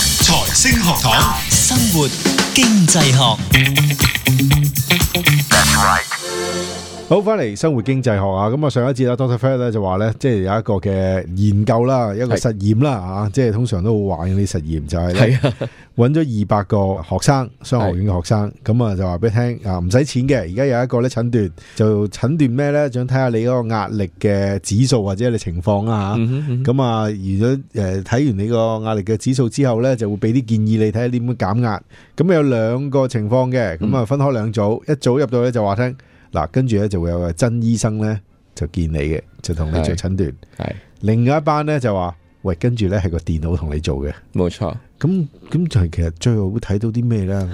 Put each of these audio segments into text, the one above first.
星學堂，生活經濟學，好，翻嚟生活經濟學啊！咁啊，上一節啦，Doctor Fred 咧就話咧，即係有一個嘅研究啦，一個實驗啦啊，即係通常都好玩嗰啲實驗，就係咧揾咗二百個學生，商學院嘅學生，咁啊就話俾你聽啊，唔使錢嘅。而家有一個咧診斷，就診斷咩咧？想睇下你嗰個壓力嘅指數或者你情況啦嗯嚇。咁啊，而咗誒睇完你個壓力嘅指數之後咧，就會俾啲建議你睇下點樣減壓。咁啊有兩個情況嘅，咁啊嗯分開兩組，一組入到咧就話聽嗱，跟住咧就會有個真醫生咧就見你嘅，就同你做係診斷。係另外一班咧就話喂，跟住咧係個電腦同你做嘅。冇錯。咁咁就係其實最後會睇到啲咩咧？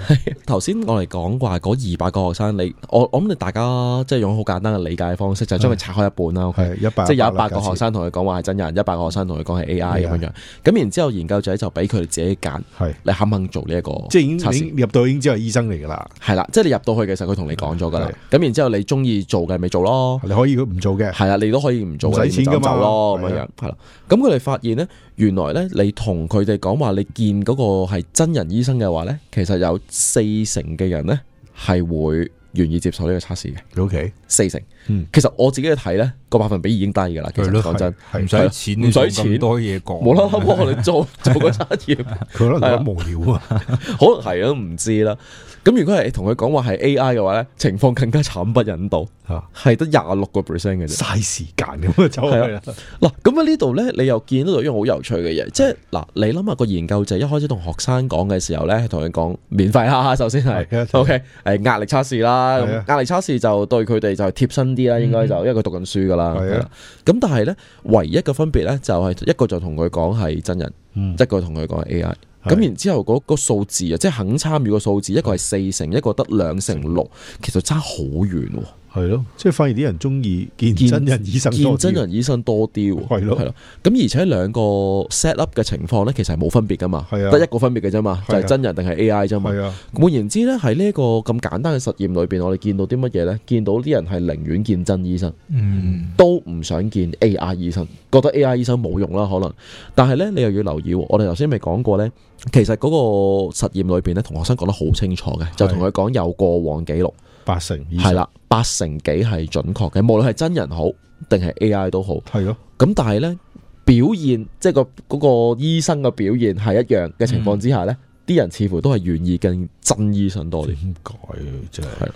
頭先我哋講話嗰二百個學生，你我我諗你大家即係用好簡單嘅理解方式，就將佢拆開一半啦。係一百，嗯即係有一百個學生同佢講話係真人，一百個學生同佢講係啊 AI 咁樣樣。咁然之後研究者就俾佢哋自己揀，係，你肯唔肯做呢一個即係已經測已試？經入到已經知係醫生嚟㗎啦。係啦，即係你入到去嘅時候，佢同你講咗㗎啦係。咁然之後你中意做嘅咪做咯。你可以佢唔做嘅，係啦，啊你都可以唔做嘅，唔使錢你㗎咪嘛走咯係咁樣啊樣，係啦。咁佢哋發現呢，原來呢，你同佢哋講話你見嗰個係真人醫生嘅話呢，其實有四成嘅人呢係會願意接受呢個測試嘅， O K，四成。嗯其實我自己去睇呢個百分比已經低㗎啦，其實講真，係唔使錢，唔使做咁錢多嘢講，無啦啦幫我 哋做做個測驗，佢可能係覺啊得無聊啊，可能係都唔知啦。咁如果係同佢講話係 AI 嘅話呢，情況更加慘不忍睹，嚇係得廿六個 percent 嘅啫。嘥時間咁啊走去啦。嗱，咁喺呢度呢，你又見到一樣好有趣嘅嘢，即係嗱，你諗下個研究者一開始同學生講嘅時候呢，同佢講免費啦，首先係係啊，OK，誒壓力測試啦，係啊咁壓力測試就對佢哋就貼身啲啦，應該就因為佢讀緊書噶啦，係啊咁但係呢，唯一嘅分別呢，就係一個就同佢講係真人，嗯一個同佢講係 AI。係咁然之後嗰個數字啊，即係肯參與個數字，一個係四成，一個得兩成六，其實差好遠喎。係咯，即係反而啲人中意見見真人醫生見多真啲。人醫生多啲喎，係咯係咯。咁而且兩個 set up 嘅情況咧，其實係冇分別噶嘛，係啊得一個分別嘅啫嘛，就係啊係真人定係 AI 啫嘛。係啊，換言之咧，喺呢一個咁簡單嘅實驗裏邊，我哋見到啲乜嘢咧？見到啲人係寧願見真醫生，嗯，都唔想見 AI 醫生，覺得 AI 醫生冇用啦，可能。但係咧，你又要留意喎，我哋頭先咪講過咧，其實嗰個實驗裏邊咧，同學生講得好清楚嘅，就同佢講有過往記錄。八成以係上，啦，八成幾係準確嘅，無論係真人好定係 AI 都好。係咯，咁但係呢，表現即係個嗰個醫生嘅表現係一樣嘅情況之下呢，嗯啲、人似乎都係願意跟真醫生多啲。點解啊真係係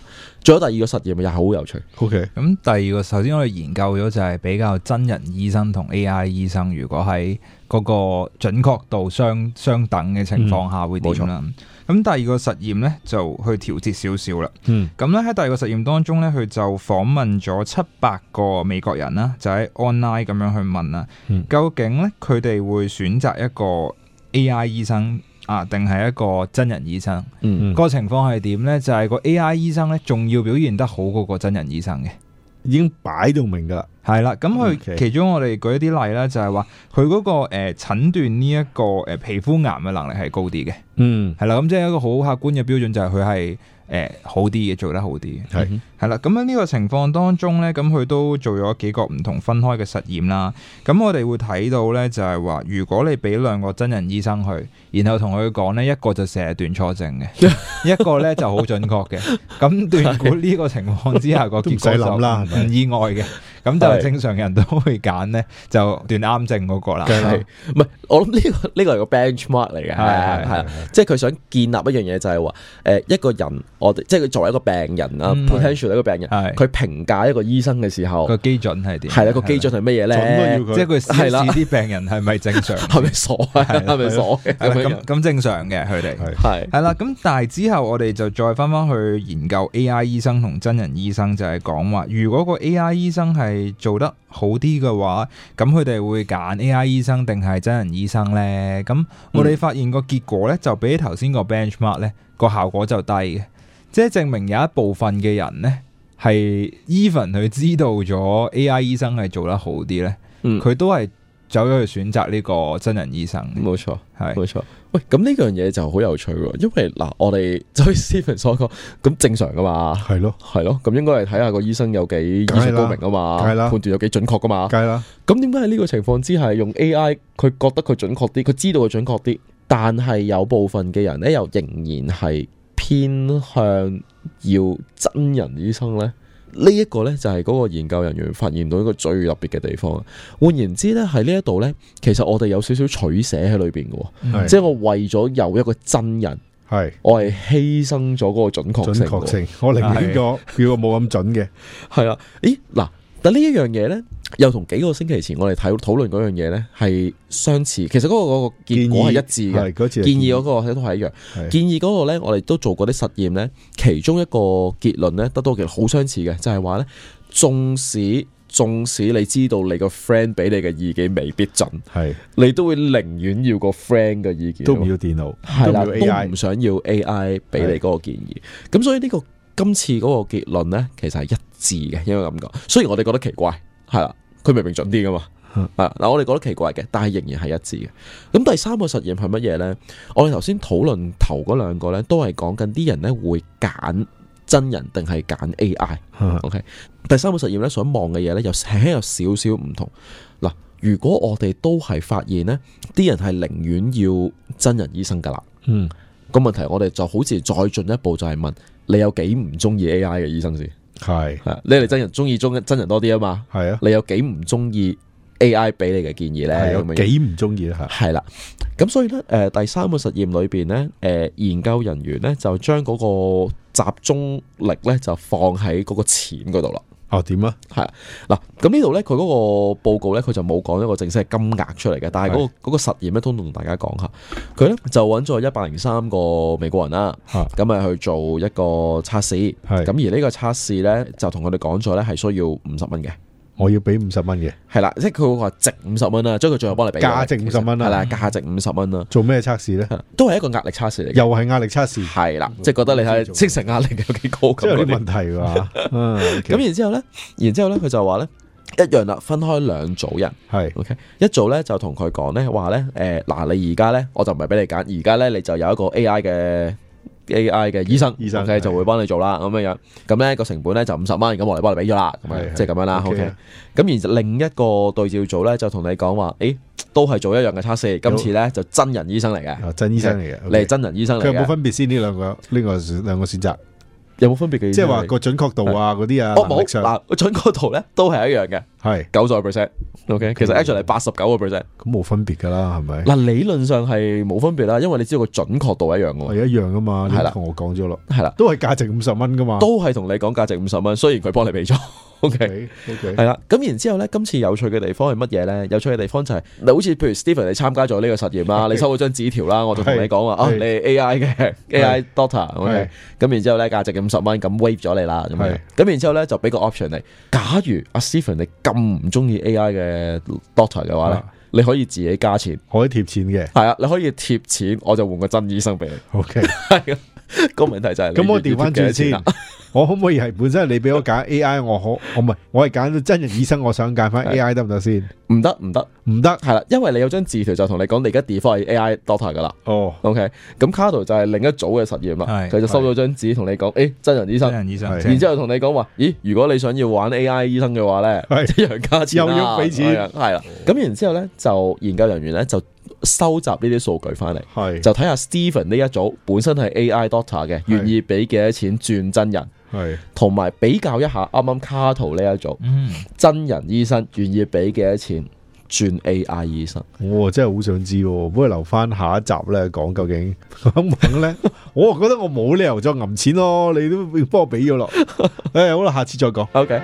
仲有第二個實驗又係好有趣， ？O K，咁第二個，首先我哋研究咗就係比較真人醫生同 AI 醫生，如果喺嗰個準確度相相等嘅情況下會點啦。咁、第二個實驗呢，就去調節少少啦。嗯，咁咧喺第二個實驗當中呢，佢就訪問咗七百個美國人啦，就喺 online 咁樣去問啦，嗯究竟呢，佢哋會選擇一個 AI 醫生啊，定係一個真人醫生？嗯，嗯個情況係點呢？就係、個 AI 醫生呢，仲要表現得好過個真人醫生嘅。已經擺到明㗎啦。係啦，咁 OK 佢其中我哋舉一啲例啦，就係話佢嗰個誒診斷呢一個誒皮膚癌嘅能力係高啲嘅，嗯，係啦，咁即係一個好客觀嘅標準，就係佢係誒好啲嘅，做得好啲嘅。係，係啦，咁喺呢個情況當中呢，咁佢都做咗幾個唔同分開嘅實驗啦。咁我哋會睇到呢，就係話，如果你俾兩個真人醫生去，然後同佢講呢，一個就成日斷錯症 嘅，一個呢就好準確嘅。咁斷估呢個情況之下個都唔結使果就諗啦係咪唔意外嘅。咁係就正常人都會揀呢，就斷啱症嗰個啦。梗係啦係唔係？我諗呢個呢 個係個 benchmark 嚟嘅，係係係係啊，即係佢想建立一樣嘢就係話，誒一個人我哋即係佢作為一個病人啊嗯，potential 一個病人，係佢評價一個醫生嘅時候個，基準係點？係啦個基準，係乜嘢呢？準都要佢即係佢試係一啦試啲病人係咪正 常？係咪傻啊？係咪傻嘅係啦咁樣咁？咁正常嘅佢哋。係係系啦，咁但係之後我哋就再翻翻去研究 A.I. 醫生同真人醫生，就係講話，如果個 A.I. 醫生係做得好啲嘅話，咁佢哋會揀 A.I. 醫生定係真人醫生呢？咁我哋發現個結果呢，就比頭先個 benchmark 呢個效果就低嘅，即係證明有一部分嘅人呢，係 even 佢知道咗 A.I. 醫生係做得好啲呢，嗯佢都係走咗去選擇呢個真人醫生嘅，冇錯，係冇錯。喂，咁呢樣嘢就好有趣喎，因為嗱， 我哋就好似 Stephen 所講，咁正常噶嘛，係咯，係咯，咁應該係睇下個醫生有幾醫梗係術啦高明啊嘛，梗係啦判斷有幾準確噶嘛。梗係啦，咁點解喺呢個情況之下用 AI，佢覺得佢準確啲，佢知道佢準確啲，但係有部分嘅人咧，又仍然係偏向要真人醫生咧。呢一個呢，就係嗰個研究人員發現到一個最特別嘅地方啊！換言之呢，喺呢一度呢，其實我哋有少少取捨喺裏邊嘅喎，嗯係即係我為咗有一個真人，係我係犧牲咗嗰個準確準性喎。確性，我寧願個叫個冇咁準嘅，係啦，咦嗱，但呢一樣嘢咧，又同幾個星期前我哋睇討論嗰樣嘢咧係相似，其實嗰、個嗰、個結果係一致嘅。係嗰次係建議嗰個喺都係一樣，係建議嗰個咧，我哋都做過啲實驗咧，其中一個結論咧得到其實好相似嘅，就係話咧，縱使縱使你知道你個 friend 俾你嘅意見未必準，係你都會寧願要個 friend 嘅意見都唔要電腦，係啦，都唔要 AI 都唔想要 AI 俾你嗰個建議。咁所以呢、個今次嗰個結論呢，其實係一致嘅，應該咁講。雖然我哋覺得奇怪，係啦，佢明明準啲噶嘛，嗯係啦嗱，我哋覺得奇怪嘅，但係仍然係一致嘅。咁第三個實驗係乜嘢呢？我哋頭先討論頭嗰兩個呢，都係講緊啲人呢會揀真人定係揀 AI。OK，第三個實驗咧，想望嘅嘢咧，又輕輕有少少唔同。嗱，如果我哋都係發現呢啲人係寧願要真人醫生㗎啦。嗯，個問題我哋就好似再進一步就係問你有幾唔中意 AI 嘅醫生先？係係你哋真人中意中真人多啲啊嘛？係啊，你有幾唔中意 AI 俾你嘅建議係呢？咁有樣幾唔中意啦係啦，咁所以咧，誒、第三個實驗裏邊咧，誒、研究人員咧就將嗰個集中力咧就放喺嗰個錢嗰度啦。嚇，哦點啊？嗱，咁呢度咧，佢嗰個報告咧，佢就冇講一個正式嘅金額出嚟嘅，但係嗰、個嗰個實驗咧，都同大家講下，佢咧就揾咗一百零三個美國人啦，嚇咁啊去做一個測試，係咁而呢個測試咧就同佢哋講咗咧係需要五十蚊嘅。我要俾五十蚊嘅，係啦，即係佢話值五十蚊啦，將佢最後幫你俾價值50蚊啊啦係啦，價值五十蚊啦，做咩測試咧？都係一個壓力測試嚟嘅，又係壓力測試，係啦，即係覺得你睇精神壓力有幾高咁即係有啲嗰啲問題㗎。嗯咁然之後咧，然之後咧佢就話咧一樣啦，分開兩組人。係 OK，一早咧就同佢講咧話咧，誒、嗱，你而家咧我就唔係俾你揀，而家咧你就有一個 AI 嘅 AI 嘅醫生，醫生 OK 係就會幫你做啦咁樣樣。咁咧個成本咧就五十蚊，咁我哋幫你俾咗啦，咁係樣即係咁樣啦。 OK OK，咁而另一個對照組咧就同你講話，誒、都係做一樣嘅測試，今次咧就真人醫生嚟嘅，啊，真醫生嚟嘅，你係真人醫生嚟佢有冇嘅，分別先呢兩個呢個兩個選擇？有冇分別嘅意思係？即係話個準確度啊嗰啲啊，我能冇力上嗱，準確度咧都係一樣嘅，係九十 percent。OK，其實 actually 係八十九個 percent。咁冇分別㗎啦，係咪？嗱，理論上係冇分別啦，因為你知道個準確度一樣嘅喎，係一樣㗎嘛，係啦你同我講咗咯，係啦，都係價值五十蚊㗎嘛。都係同你講價值五十蚊，雖然佢幫你俾咗嗯 ，OK。 OK，係啦，咁然之後咧，今次有趣嘅地方係乜嘢咧？有趣嘅地方就係、嗱，好似譬如 Steven 你參加咗呢個實驗啦，你收到張紙條啦，我就同你講話，係哦，你係 AI 嘅 AI Doctor，OK，、係咁然之後咧價值五十蚊，咁 waive 咗你啦，咁樣係，咁然之後咧就俾個 option 你，假如阿 Steven 你咁唔中意 AI 嘅 Doctor 嘅話咧啊，你可以自己加錢，可以貼錢嘅。係啊，你可以貼錢，我就換個真醫生俾你。 OK，個問題就 係你咁我願調意貼翻幾多轉錢啊先 啦，我可唔可以係本身係你俾我揀 AI，我可我唔係我係揀到真人醫生，我想揀翻係 AI 得唔得先？唔得唔得，唔得係啦，因為你有張字條就同你講，你而家 default 係 AI Doctor 噶啦。哦， OK，咁 Cardo 就係另一組嘅實驗啦，係佢就收咗張紙同你講，誒真人真醫生，人醫生係，正然之後同你講話，咦，如果你想要玩 AI 醫生嘅 話咧，係一樣加錢啦又要俾錢咁樣係啦。咁然之後咧，就研究人員咧就收集呢啲數據翻嚟，係就睇下 Steven 呢一組本身係 AI Doctor 嘅，願意俾幾多錢轉真人，係同埋比較一下啱啱 Cardo 呢一組。嗯，真人醫生願意俾幾多錢轉 AI 醫生？我真係好想知喎，不過留翻下一集咧講究竟 肯唔肯咧？我 覺得我冇理由再揞錢咯，你都幫我俾咗咯。誒，好啦，下次再講。 OK，